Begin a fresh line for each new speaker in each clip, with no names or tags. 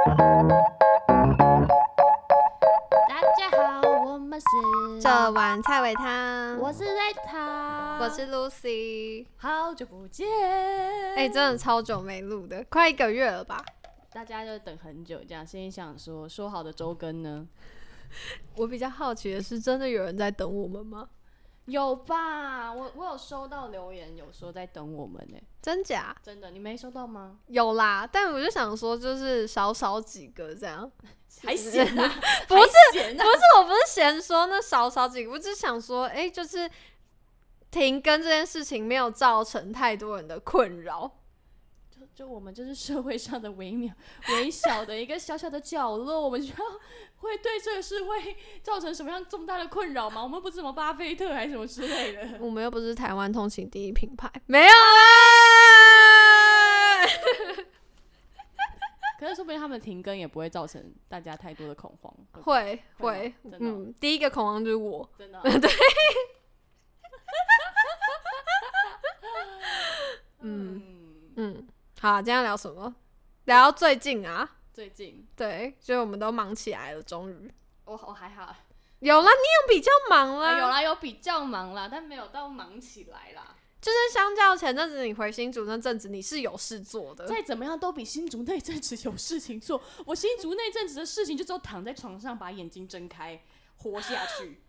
嗯维他，
我是 Rita，
我是 Lucy。
好久不见。
哎、真的超久没录的，快一个月了吧？
大家就等很久，这样心里想说，说好的周更呢？
我比较好奇的是，真的有人在等我们吗？
有吧？我我有收到留言，有说在等我们呢、
真假？
真的，你没收到吗？
有啦，但我就想说，就是少少几个这样。
还行啊，
不
还
是
行
不
啊，
是，我不是嫌说那少少几个，我只是想说，哎、就是停更这件事情没有造成太多人的困扰。
就就我们就是社会上的微妙、微小的一个小小的角落，我们需要会对这个社会造成什么样重大的困扰吗？我们不是什么巴菲特还是什么之类的。
我们又不是台湾通勤第一品牌，没有啦。
可是说不定他们停更也不会造成大家太多的恐慌，会不会
会
会
会
吗真，的哦
嗯，第一个恐慌就是我。
真的啊、
嗯
嗯，
嗯，好，今天要聊什么？聊最近啊，
最近
对，所以我们都忙起来了，终于
我我还好，啊
有啦，你有比较忙啦，
哦有啦有比较忙啦，但没有到忙起来啦。
就是相较前阵子你回新竹那阵子，你是有事 做的，
再怎么样都比新竹那阵子有事情做。我新竹那阵子的事情就只有躺在床上把眼睛睁开，活下 去，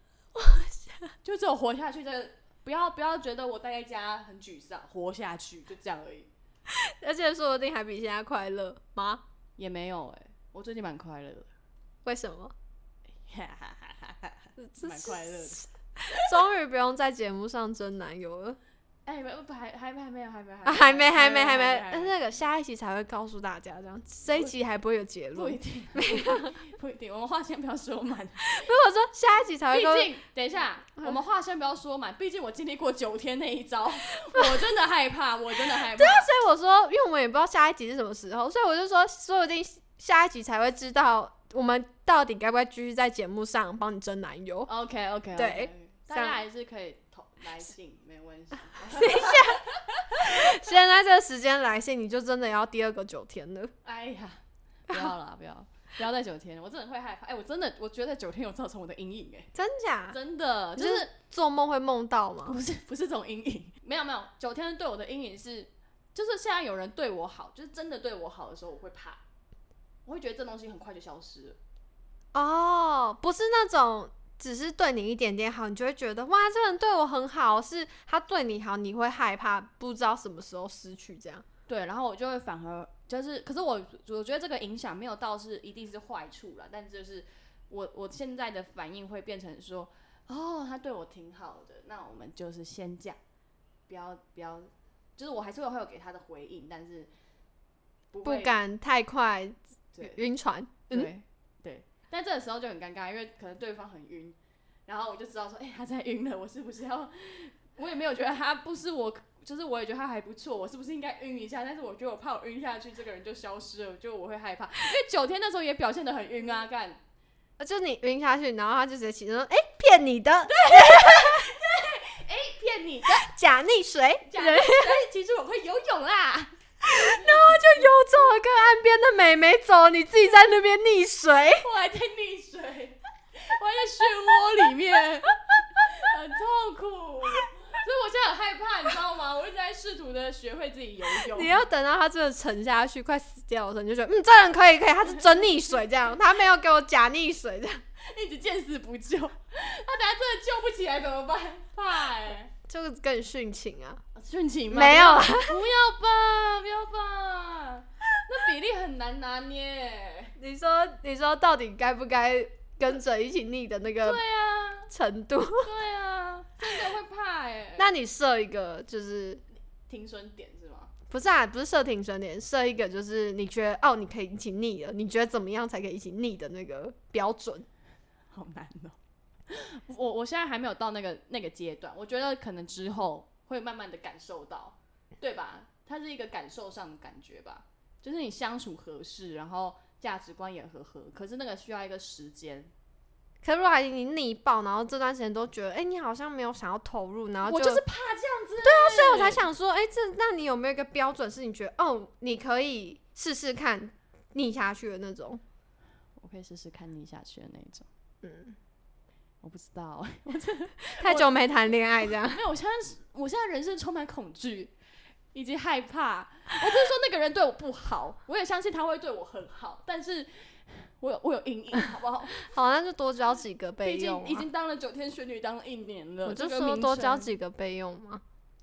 就只有活下去这个。不要不要觉得我待在家很沮丧，活下去就这样而已，
而且说不定还比现在快乐吗？
也没有哎、我最近蛮快乐的，
为什么？
哈哈哈哈哈哈，
这
蛮快乐的。
终于不用在节目上争男友 了，
哎，没不还还没还没有还没有
啊，还没，还没，还
还
没，
还
但那个下一期才会告诉大家，这样这一集还不会有结
不
论。
一
如
定，不一定不一定，我们话先不要说满。
果说下一集才
毕
会告诉，
竟，等一下，
嗯
我们话先不要说满。毕竟我经历过九天那一 招，我真的害怕，我真的害怕。
所以我说，因为我们也不知道下一集是什么时候，所以我就说，说不定下一集才会知道我们到底该不该继续在节目上帮你争男友。
OK OK，
对，
大
这
家
样
还是可以投来信，没问题。
现在这个时间来信，你就真的要第二个九天了。
哎呀，不要啦，不要，不要再九天，我真的会害怕。哎，我真的，我觉得九天有造成我的阴影，哎，
真假？
真的
啊你
就是是
做梦会梦到吗？
不是不是这种阴影，没有没有，九天对我的阴影是，就是现在有人对我好，就是真的对我好的时候，我会怕，我会觉得这东西很快就消失了。
哦，不是那种只是对你一点点好，你就会觉得哇，这人对我很好，是他对你好，你会害怕，不知道什么时候失去这样。
对，然后我就会反而就是，可是我我觉得这个影响没有到是一定是坏处啦，但是就是我我现在的反应会变成说，哦，他对我挺好的，那我们就是先这样，不要不要，就是我还是会有给他的回应，但是不会
不敢太快
对
晕船。嗯
对、对，但这个时候就很尴尬，因为可能对方很晕，然后我就知道说，哎、他在晕了，我是不是要？我也没有觉得他不是我，就是我也觉得他还不错，我是不是应该晕一下？但是我觉得我怕我晕下去，这个人就消失了，就我会害怕，因为九天那时候也表现的很晕啊，干，
啊就你晕下去，然后他就直接起身说：“哎、骗你的，
哎骗你，
假溺水。”
假
人
的，哎其实我会游泳啦，
就游走了跟岸边的美眉走，你自己在那边溺水。
我还在溺水，我还在漩涡里面，很痛苦。所以我现在很害怕，你知道吗？我一直在试图的学会自己游泳。
你要等到他真的沉下去，快死掉的时候，你就觉得，嗯，这人可以，可以，他是真溺水，这样，他没有给我假溺水，这样，
一直见死不救，他等下真的救不起来怎么办？怕哎、
就是更殉情啊。
殉情吗？
没有啊，
不要，不要吧，不要吧，那比例很难拿捏。欸
你说，你说到底该不该跟着一起溺的那
对
个
啊，
程 度？
对啊，真的会怕哎、
那你设一个，就是
停损点是吗？
不是啊，不是设停损点，设一个就是你觉得哦，你可以一起溺了，你觉得怎么样才可以一起溺的那个标准？
好难哦、 我我现在还没有到那个那个阶段，我觉得可能之后会慢慢的感受到，对吧？它是一个感受上的感觉吧，就是你相处合适，然后价值观也合合，可是那个需要一个时间。
可是如果你溺爆，然后这段时间都觉得，哎、你好像没有想要投入，然后
我
就
就是怕这样子。对啊，
所以我才想说，哎、这那你有没有一个标准是你觉得哦，你可以试试看溺下去的那种？
我可以试试看你下去的那一种。
嗯，
我不知道，
太久没谈恋爱这样，
因为我现在是我现在人生充满恐惧以及害怕。我不是说那个人对我不好，我也相信他会对我很好，但是我有我有阴影，好不 好？
好，那就多交几个备
毕
用、
竟
啊。
已经当了九天玄女，当了一年了。
我
这
就
个
说
名
多
声
交几个备用嘛。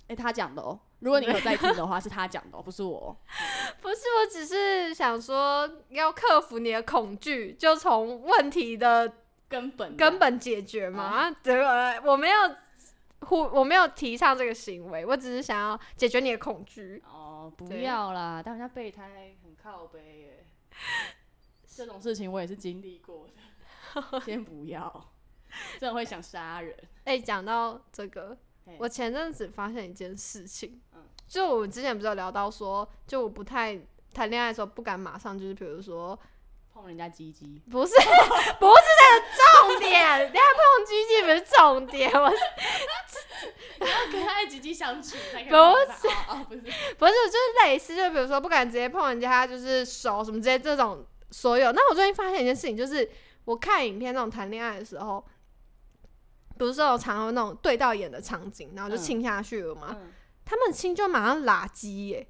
哎、他讲的哦。如果你有在听的话，是他讲的、哦，不是我哦。
不是，我只是想说要克服你的恐惧，就从问题的
根本
根本解决嘛。
啊
啊对吧？我没有呼，我没有提倡这个行为，我只是想要解决你的恐惧。
哦，不
对
要啦，当人家备胎很靠背耶。这种事情我也是经历过的，先不要，真的会想杀人。
哎、讲到这个
嘿，
我前阵子发现一件事情，
嗯
就我们之前不是有聊到说，就我不太谈恋爱的时候不敢马上，就是比如说
碰人家鸡鸡，
不是， 不是这个重点，人家碰鸡鸡不是重点，我
要 跟他的鸡鸡相处才可以
不
碰他。哦哦，不是，
不是，就是类似，就比如说不敢直接碰人家，就是手什么之类这种所有。那我最近发现一件事情，就是我看影片那种谈恋爱的时候，不是有常有那种对到眼的场景，然后就
嗯
亲下去了嘛。
嗯，
他们亲就马上拉鸡耶，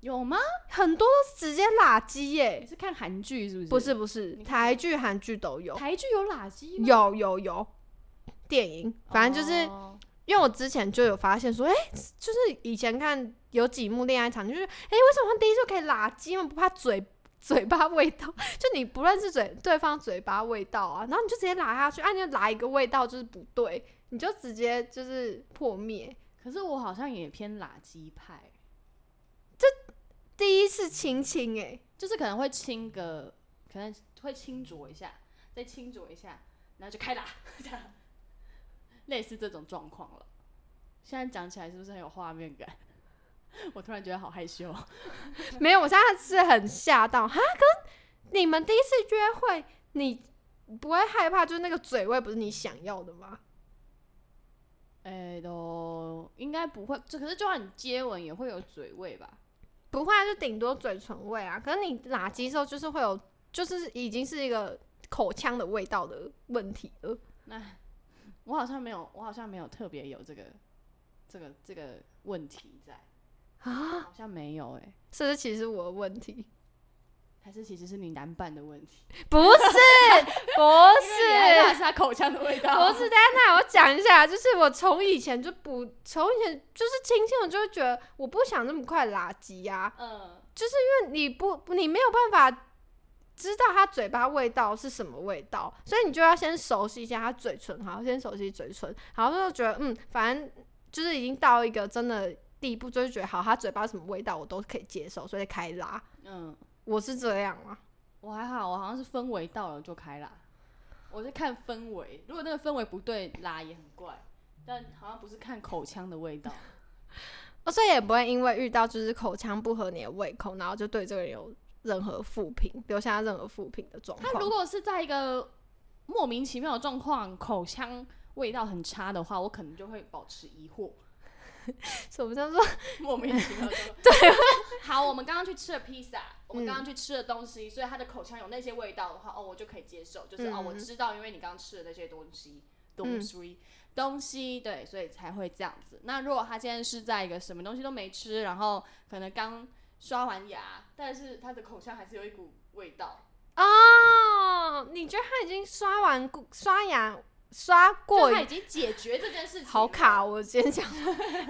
有吗？
很多都直接拉鸡
你
耶。
是看韩剧是不是？
不是不是，
你看
台剧、韩剧都有，
台剧有垃圾吗？
有有有。电影，反正就是、
哦
因为我之前就有发现说，哎、就是以前看有几幕恋爱场，就是哎、诶为什么他第一就可以拉鸡吗？不怕嘴 嘴巴味道？就你不认识嘴对方嘴巴味道啊，然后你就直接拉下去，啊，你就拉一个味道就是不对，你就直接就是破灭。
可是我好像也偏垃圾派，
第一次亲亲，哎，
就是可能会亲个，可能会轻啄一下，再轻啄一下，然后就开打，这样类似这种状况了。现在讲起来是不是很有画面感？ 我突然觉得好害羞。
没有，我现在是很吓到哈。可是你们第一次约会，你不会害怕，就是那个嘴味不是你想要的吗？
哎、都应该不会，这可是就算你接吻也会有嘴味吧？
不会啊，就顶多嘴唇味啊。可是你拉鸡之后，就是会有，就是已经是一个口腔的味道的问题了。
我好像没有，我好像没有特别有这个这个这个问题在啊，好像没有哎、
是不是其实我的问题？
还是其实是你男伴的问题，
不是，
不
不
还
是，
是他口腔的味道，
不是。丹娜，我讲一下，就是我从以前就不，从以前就是亲亲，我就会觉得我不想那么快拉鸡啊呀、
嗯，
因为你不，你没有办法。知道它嘴巴味道是什么味道，所以你就要先熟悉一下它嘴唇，好，先熟悉嘴唇，然后就觉得嗯，反正就是已经到一个真的地步，就是觉得好，它嘴巴什么味道我都可以接受，所以开拉。
嗯，
我是这样啊，
我还好，我好像是氛围到了就开啦。我是看氛围，如果那个氛围不对，拉也很怪。但好像不是看口腔的味道，
哦，所以也不会因为遇到就是口腔不合你的胃口，然后就对这个人有任何负评，留下任何负评的状
他如
况。
果是在一个莫名其妙的状况，口腔味道很差的话，我可能就会保持疑惑，
什么叫做
莫名其 妙的状况。对， 好，我们刚刚去吃了披萨，我们刚刚去吃了东西，所以他的口腔有那些味道的话，哦，我就可以接受，就是、哦，
嗯
我知道，因为你刚刚吃的那些东西，东西、东西，对，所以才会这样子。那如果他现在是在一个什么东西都没吃，然后可能刚刷完牙，但是他的口腔还是有一股味道，
哦？你觉得他已经刷完刷牙刷过
就他已经解决这件事情，
好卡，。哦我今 天讲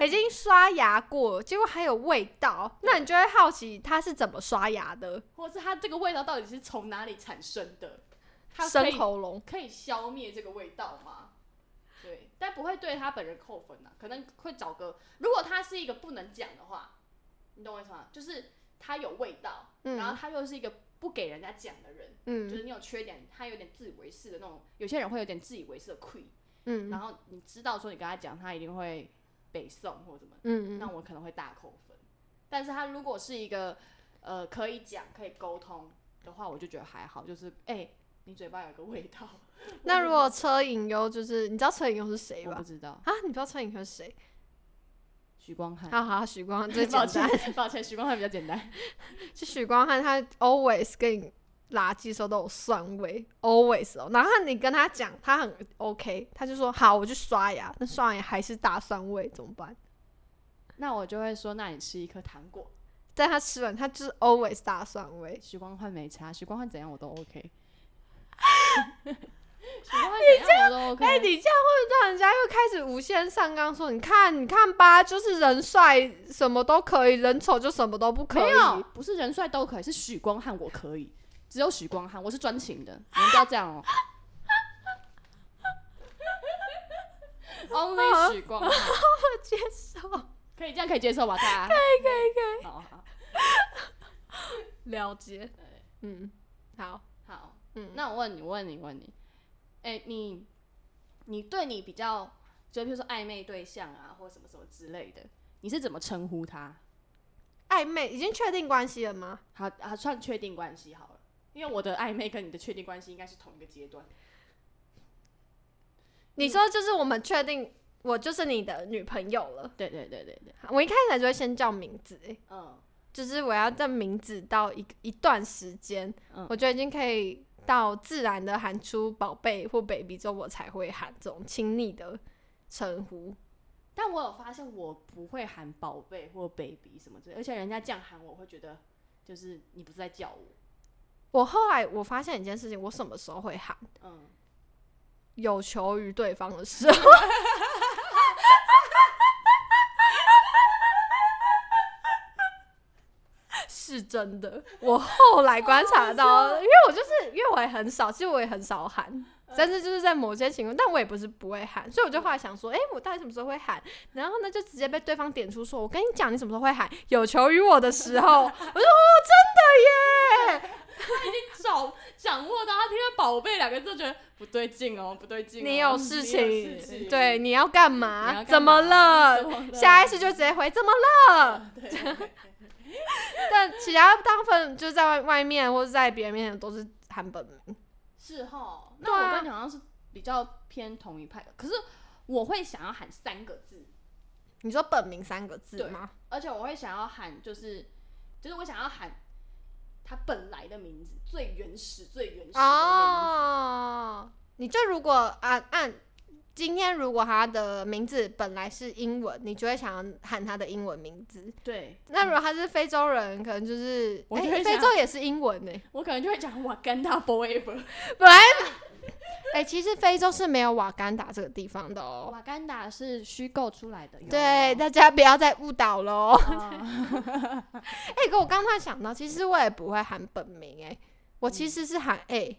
已经刷牙过，结果还有味道，那你就会好奇他是怎么刷牙的，
或是它这个味道到底是从哪里产生的？它可
生
以
喉咙。
可以消灭这个味道吗？对，但不会对他本人扣分啊，可能会找个，如果他是一个不能讲的话，你懂我意思吗？就是他有味道，然后
嗯
他又是一个不给人家讲的人，就
嗯
是你有缺点，他有点自以为是的那种，有些人会有点自以为是的 queen，、
嗯
然后你知道说你跟他讲，他一定会北宋或怎么。
嗯
那
嗯，
我可能会大扣分。但是他如果是一个呃可以讲、可以沟通的话，我就觉得还好，就是哎、你嘴巴有个味 道。
那如果车影优就是你知道车影优是谁
我不
吧？
知道
啊，你不知道车影优是谁？
许光汉，
好好，许 光汉最
抱
简单，
歉，抱歉，许光汉比较简单。
就许光汉他 always 跟你垃圾的时候都有蒜味，always 哦。然后你跟他讲，他很 OK，他就说好，我去刷牙。那刷完牙还是大蒜味，怎么办？
那我就会说，那你吃一颗糖 果。
但他吃完，他就是 always 大蒜味。
许光汉没差，许光汉怎样我都 OK。许光汉怎样我 都 OK。啊
哎、你这样会让人家又开始无限上纲，说你看，你看吧，就是人帅什么都可以，人丑就什么都不可以。
没有，不是人帅都可以，是许光汉我可以，只有许光汉我是专情的，你们不要这 样哦、Only 许光汉
接受
可以这样可以接受吧？大家可以可以可以。好好
了解，嗯，好，
好，
嗯
那我问你，我问你，我问你，哎、你你对你比较，就比如说暧昧对象啊，或什么什么之类的，你是怎么称呼他？
暧昧已经确定关系了吗？
好，啊，算确定关系好了，因为我的暧昧跟你的确定关系应该是同一个阶段。
你说就是我们确定我就是你的女朋友了。
对对对对对，
我一开始就会先叫名字、欸
嗯，
就是我要这名字到一一段时间，
嗯
我觉得已经可以到自然的喊出宝贝或 baby 之后，我才会喊这种亲昵的称呼。
但我有发现我不会喊宝贝或 baby 什么之类，而且人家这样喊我会觉得就是你不是在叫我，
我后来我发现一件事情，我什么时候会喊，
嗯，
有求于对方的时候。 是真的，我后来观察到，因为我就是因为我也很少，其实我也很少喊，但是就是在某些情况，但我也不是不会喊，所以我就后来想说，诶，我到底什么时候会喊？然后呢，就直接被对方点出说，我跟你讲，你什么时候会喊？有求于我的时候，我说哦，真的耶，
掌掌握到他听到宝贝两个字就觉得不对劲哦，不对劲哦、
你有事
你
情
有事，情
对，，你要
你要干
干嘛？
嘛
怎么了？？下一次
就
就直接回怎么了？
对对对
但其他大部分就是在外外面或者在别人面前都是喊本名。
是哈。
对
那
啊
我跟你好像是比较偏同一派的，可是我会想要喊三个字，
你说本名三个字
对
吗？
而且我会想要喊，就是就是我想要喊他本来的名字，最原始、最原始的名字。
啊哦，你就如果按按今天如果他的名字本来是英文，你就会想要喊他的英文名字。
对，
那如果他是非洲人，可能就是
我
哎
就会
非
想
洲也是英文呢、
我可能就会讲瓦干 达 forever。
本来哎、其实非洲是没有瓦干达这个地方的哦。
瓦干达是虚构出来的，有
对，。大家不要再误导喽。
啊
哎、可我刚才想到，其实我也不会喊本名、哎，我其实是喊哎、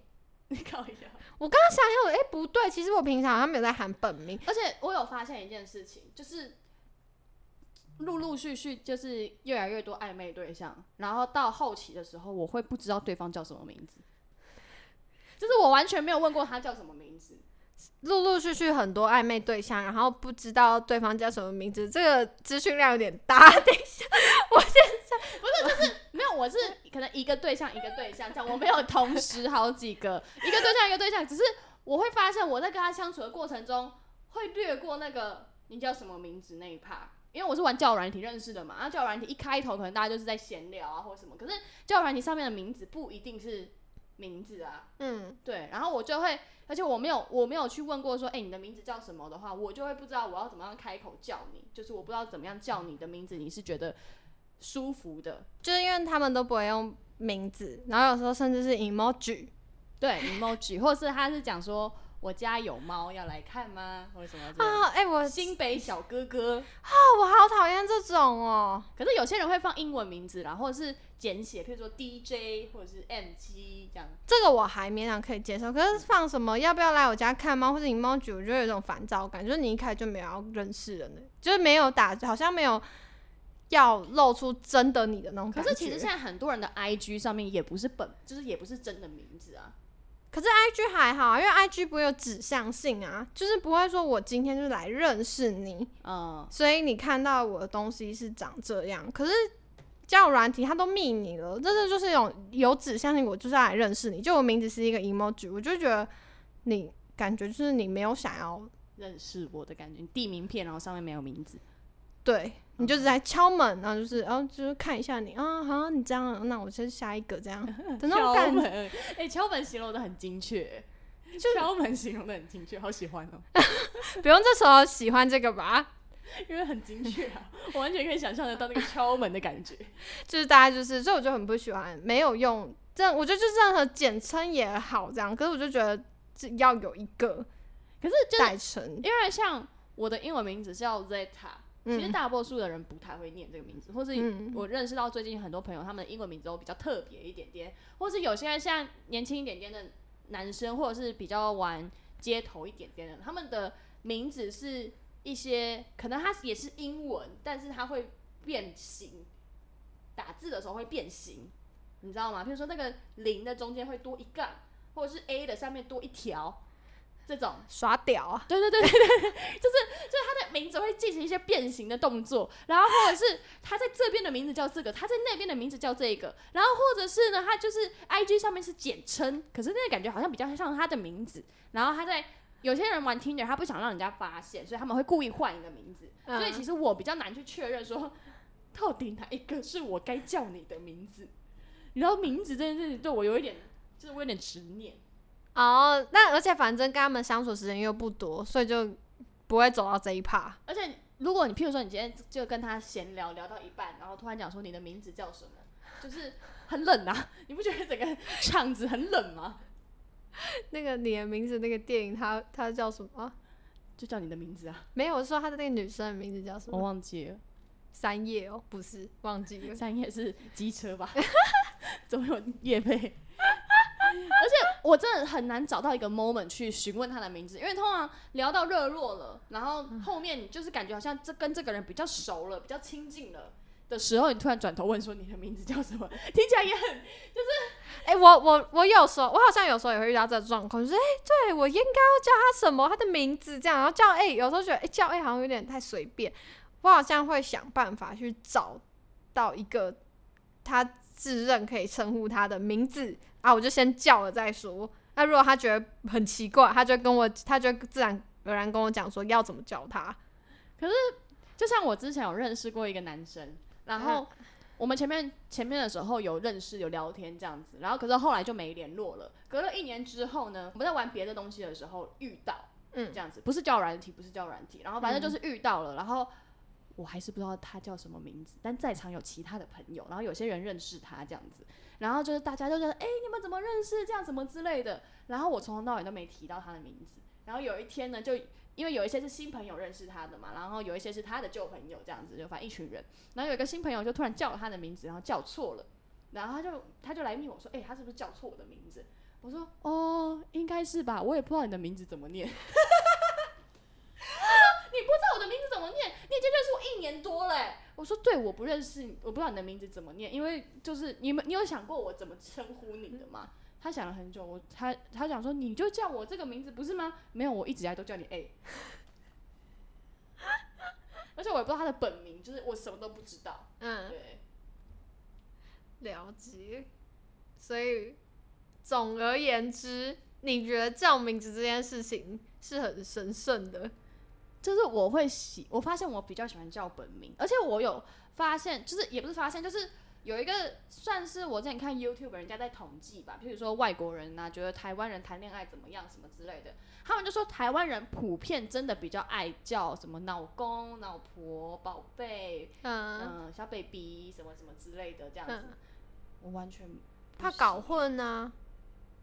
你搞一下。
我刚刚想想，哎、不对，其实我平常好像没有在喊本名。
而且我有发现一件事情，就是陆陆续续就是越来越多暧昧对象，然后到后期的时候，我会不知道对方叫什么名字，就是我完全没有问过他叫什么名字。
陆陆续续很多暧昧对象，然后不知道对方叫什么名字，这个资讯量有点大。 等一下，
没有，我是可能一个对象一个对象这样，我没有同时好几个，一个对象一个对象，只是我会发现我在跟他相处的过程中，会略过那个你叫什么名字那一 part，因为我是玩交友软体认识的嘛，然后交友软体一开头可能大家就是在闲聊啊或什么，可是交友软体上面的名字不一定是名字啊，
嗯，
对，然后我就会，而且我没有我没有去问过说，哎、你的名字叫什么的话，我就会不知道我要怎么样开口叫你，就是我不知道怎么样叫你的名字，你是觉得舒服的，
就是因为他们都不会用名字，然后有时候甚至是 emoji。
对 emoji，或 是他是讲说我家有猫要来看吗，或者什么之类的。
啊，哎、我啊，
新北小哥哥，
我好讨厌这种哦。
可是有些人会放英文名字啦，或者是简写，譬如说 DJ 或者是 MG 这样。
这个我还勉强可以接受，可是放什么要不要来我家看猫或者 emoji，我就有一种烦躁感，就是你一开始就没有要认识人的，就是没有打，好像没有要露出真的你的那种
可
感觉。
是其实现在很多人的 IG 上面也不是本，就是也不是真的名字啊。
可是 IG 还好啊，因为 IG 不会有指向性啊，就是不会说我今天就来认识你，
嗯，
所以你看到我的东西是长这样。可是交友软体它都密你了，真的就是有有指向性，我就是要来认识你，就我名字是一个 emoji，我就觉得你感觉就是你没有想要。
认识我的感觉，地名片，然后上面没有名字。
对，你就只在敲门，然后就是，然、后就是看一下你啊，好，你这样，那我先下一个这 样的那种
敲
感
门
觉，，
哎、敲门形容的很精确，
就
敲门形容的很精确，好喜欢哦，
不用这时候喜欢这个吧，
因为很精确啊， 我完全可以想象得到那个敲门的感觉。
就是大家就是，所以我就很不喜欢没有用，这我觉得就是任何简称也好这样，可是我就觉得这要有一个
可是就是
代称，
因为像我的英文名字叫 Zeta，其实
嗯
大多数的人不太会念这个名字，或是
嗯，
我认识到最近很多朋友，他们的英文名字都比较特别一点点，或是有些像年轻一点点的男生，或者是比较玩街头一点点的，他们的名字是一些可能他也是英文，但是他会变形，打字的时候会变形，你知道吗？譬如说那个零的中间会多一杠，或者是 A 的上面多一条，这种。
耍屌啊，
对对对对对， 就是就是他的名字会进行一些变形的动作，然后或者是他在这边的名字叫这个，他在那边的名字叫这个，然后或者是呢，他就是 I G 上面是简称，可是那个感觉好像比较像他的名字，然后他在。有些人玩 Tinder，他不想让人家发现，所以他们会故意换一个名字。
嗯
所以其实我比较难去确认说，到底哪一个是我该叫你的名字。你知道名字这件事情对我有一点，就是我有点执念。
哦，那而且反正跟他们相处时间又不多，所以就不会走到这一趴。
而且如果你譬如说你今天就跟他闲聊聊到一半，然后突然讲说你的名字叫什么，就是很冷啊， 你不觉得整个场子很冷吗？
那个你的名字那个电影它，它叫什么、啊？
就叫你的名字啊，
没有，我说他的那个女生的名字叫什么？
忘记了，
三叶哦，不是，忘记了。
三叶是机车 吧，总有夜配。而且我真的很难找到一个 moment 去询问他的名字，因为通常聊到热络了，然后后面你就是感觉好像这跟这个人比较熟了，比较亲近了的时候，你突然转头问说你的名字叫什么，听起来也很
哎、我我我有时候，我好像有时候也会遇到这个状况，就是哎、对我应该要叫他什么，他的名字这样，然后叫哎、有时候觉得哎、叫哎、好像有点太随便，我好像会想办法去找到一个他自认可以称呼他的名字啊，我就先叫了再说。那如果他觉得很奇怪，他就跟我，他就自然而然跟我讲说要怎么叫他。
就像我之前有认识过一个男生，然后我们前面前面的时候有认识有聊天这样子，然后可是后来就没联络了。隔了一年之后呢，我们在玩别的东西的时候遇到，
嗯
这样子不是叫软体，不是叫软体，然后反正就是遇到了，然后。我还是不知道他叫什么名字，但在场有其他的朋友，然后有些人认识他这样子，然后就是大家就觉得，哎、你们怎么认识？这样什么之类的。然后我从头到尾都没提到他的名字。然后有一天呢，就因为有一些是新朋友认识他的嘛，然后有一些是他的旧朋友，这样子就反正一群人。然后有一个新朋友就突然叫了他的名字，然后叫错了，然后他就他就来问我说：“哎、他是不是叫错我的名字？”我说：“哦，应该是吧，我也不知道你的名字怎么念。” 他说：“你不知道我的名字怎么念？你已经认识我一年多了欸、我说：“对，我不认识你，我不知道你的名字怎么念，因为就是你们，你有想过我怎么称呼你的吗？”他想了很久，我他他想说：“你就叫我这个名字不是吗？”没有，我一直以来都叫你 A。而且我也不知道他的本名，就是我什么都不知道。
嗯，
对，
了解。所以，总而言之，你觉得叫名字这件事情是很神圣的？
就是我会喜，我发现我比较喜欢叫本名，而且我有发现，就是也不是发现，就是有一个算是我之前看 YouTube 人家在统计吧，譬如说外国人啊呐、觉得台湾人谈恋爱怎么样什么之类的，他们就说台湾人普遍真的比较爱叫什么老公、老婆、宝贝、嗯、
嗯，
小 baby 什么什么之类的这样子，
嗯
我完全不
怕搞
行
混啊，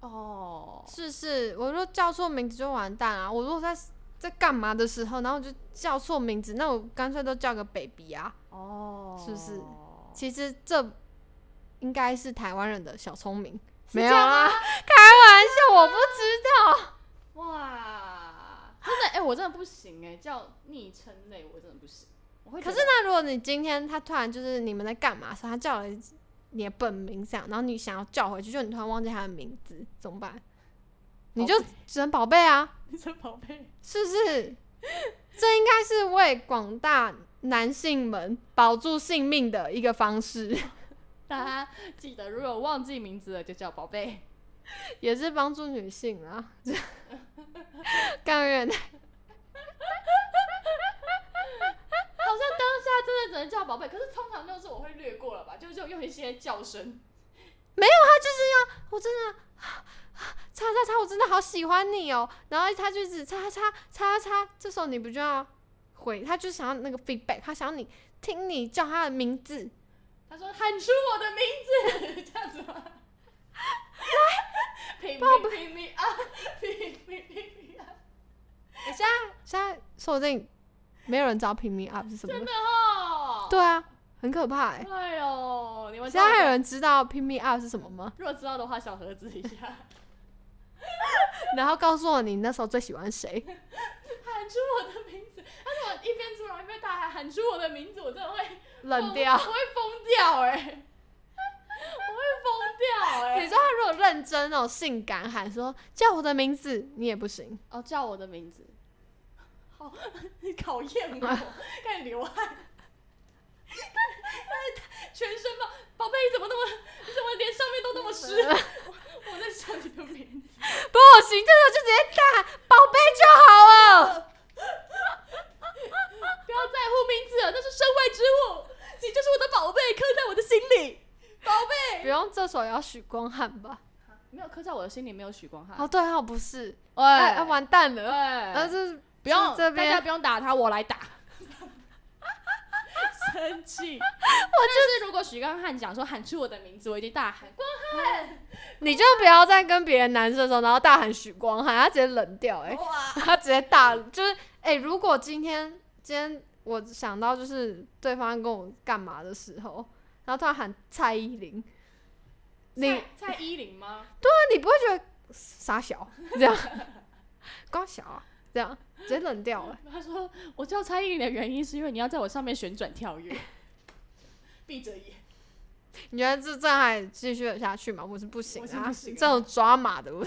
哦，
是不是？我若叫错名字就完蛋啊！我如果在在干嘛的时候，然后我就叫错名字，那我干脆都叫个 baby 啊。
哦，
是不是其实这应该是台湾人的小聪明，
是
没有
这样
啊？
吗
开玩笑，我不知
哇，真 的哎、我真的不行哎、叫昵称类我真的不行，我会觉
可
得。
是那如果你今天他突然就是你们在干嘛的时候，他叫了你的本名这样，然后你想要叫回去，就你突然忘记他的名字，怎么办？
哦
你就只能宝贝啊，
你这宝贝，
是 不是？这应该是为广大男性们保住性命的一个方式，
大家记得，如果忘记名字了就叫宝贝。
也是帮助女性啊。 干越
好像当下叫宝贝，可是通常就是我会略过了吧，就就用一些叫声。
我真的啊啊叉叉叉，我真的好喜欢你哦。然后他就一直叉叉叉叉，这时候你不就要回？他就想要那个 feedback，他想要你听你叫他的名字，
他说喊出我的名字，这样子吗？ 拼命拼命啊， 拼命拼命啊！
现在说不定没有人知道 pick me up 是什
真
么。
的哦。
对啊，很可怕哎、
哎呦，你们
现在还有人知道 pick me up 是什么吗？
如果知道的话，小盒子一下，
然后告诉我你那时候最喜欢谁？
喊出我的名字。他如果一边出来一边大喊喊出我的名字，我真的会
冷掉
我。会疯掉哎、 我会疯掉哎、
你知道他如果认真哦，性感喊说叫我的名字，你也不行。
哦，叫我的名字，好，你考验 我，开始流汗，全身吧，宝贝，你怎么那么，你怎么连上面都那么湿？ 我在想你的名字，
不行，这个就直接打宝贝就好了。
不要在乎名字了，那是身外之物，你就是我的宝贝，刻在我的心里，宝贝。
不用这首也要许光汉吧？
没有刻在我的心里，没有许光汉。
哦，对，他不是，
喂，
哎，哎完蛋了，
喂
呃，这是
不用，
是这
大家
边
不用打他，我来打。 生气！我就是如果许光汉讲说喊出我的名字，我一定大喊光
你就不要再跟别人男生的时候，然后大喊许光汉，他直接冷掉、哎，
哇！
他直接大，就是，哎、如果今天今天我想到就是对方跟我干嘛的时候，然后突然喊蔡依林，你
蔡蔡依林吗？
啊那你不会觉得傻 小这样，光小啊这样，直接冷掉 了、
他说我叫蔡依林的原因是因为你要在我上面旋转跳 跃，闭着眼。
你觉得这这还继续下去吗？我是不行
我是
啊，
不行啊
这种抓马的我。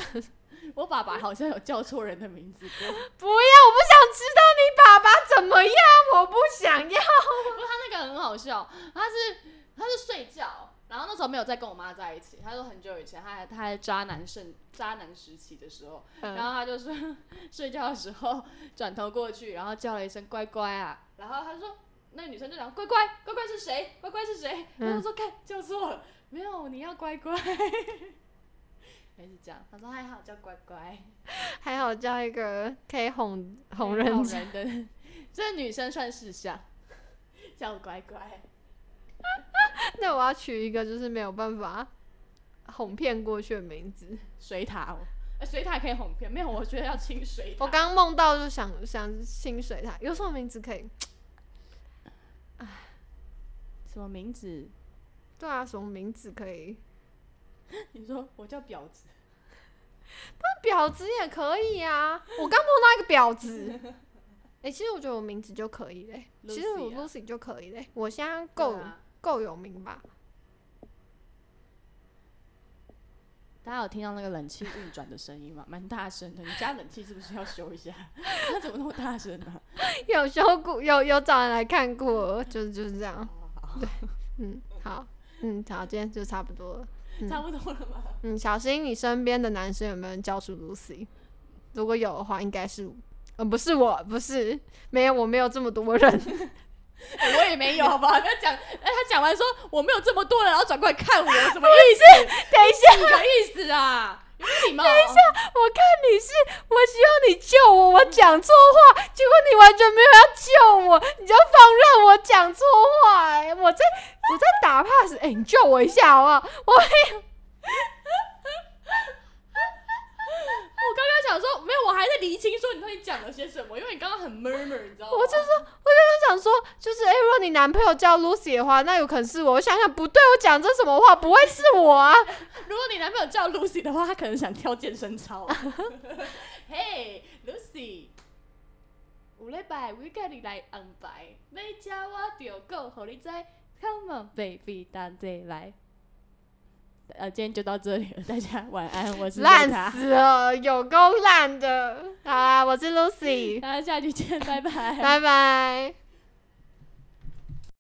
我爸爸好像有叫错人的名字过，
不要，我不想知道你爸爸怎么样，我不想要。
不过他那个很好笑，他是他是睡觉，然后那时候没有再跟我妈在一起，他说很久以前他还他还渣男盛渣男时期的时候，
嗯
然后他就说 睡觉的时候转头过去，然后叫了一声“乖乖啊”，然后他说那女生就讲“乖乖，乖乖是谁？乖乖是谁？”
嗯
然后说看叫错了，没有你要乖 乖，还是这样。他说还好叫乖乖，哎
还好叫一个可以哄哄人
好
家，
人的，这女生算是像叫乖乖，
那我要取一个就是没有办法哄骗过去的名字。
水塔哦，呃水塔可以哄骗，没有我觉得要亲水塔。
我刚梦到就想想清水塔，有什么名字可以？
什么名字？
对啊，什么名字可以？
你说我叫婊子，
婊子也可以啊。我刚梦到一个婊子， 哎、其实我觉得我名字就可以嘞。其实我
Lucy 啊
Lucy 就可以嘞。我现在够
对啊
够有名吧？
大家有听到那个冷气运转的声音吗？ 蛮大声的。你家冷气是不是要修一下？ 它怎么那么大声啊呢、
有修过，有有找人来看过，就是就是这样。对，嗯，好，嗯，好，今天就差不多了。嗯
差不多了 吗？
嗯，小新，你身边的男生有没有人叫出 Lucy？如果有的话，应该是，呃，不是我，不是，没有，我没有这么多人。
欸我也没有，好不好？他讲，哎、他讲完说我没有这么多人，然后转过来看我，什么意思？
等一下，
什么意思啊？有没有礼貌？
我看你是，我希望你救我，我讲错话，结果你完全没有要救我，你就放任我讲错话、哎，我在我在打 pass，哎、你救我一下好不好？我
我刚刚想说没有，我还在厘清说你到底讲了些什么，因为你刚刚很 murmur，你知道吗？
我就说，我就想说，就是哎、诶如果你男朋友叫 Lucy 的话，那有可能是我。我想想，不对，我讲这什么话？不会是我啊！
如果你男朋友叫 Lucy 的话，他可能想跳健身操。啊 嘿、hey,，Lucy，有礼拜我甲你来安排，要食我就讲，互你知。Come on baby，大家来。呃，今天就到这里了，大家晚安。我是瑞
烂
塔，
死了，有 够烂的。好啦，我是 Lucy，
大家下期见，拜拜。
拜拜。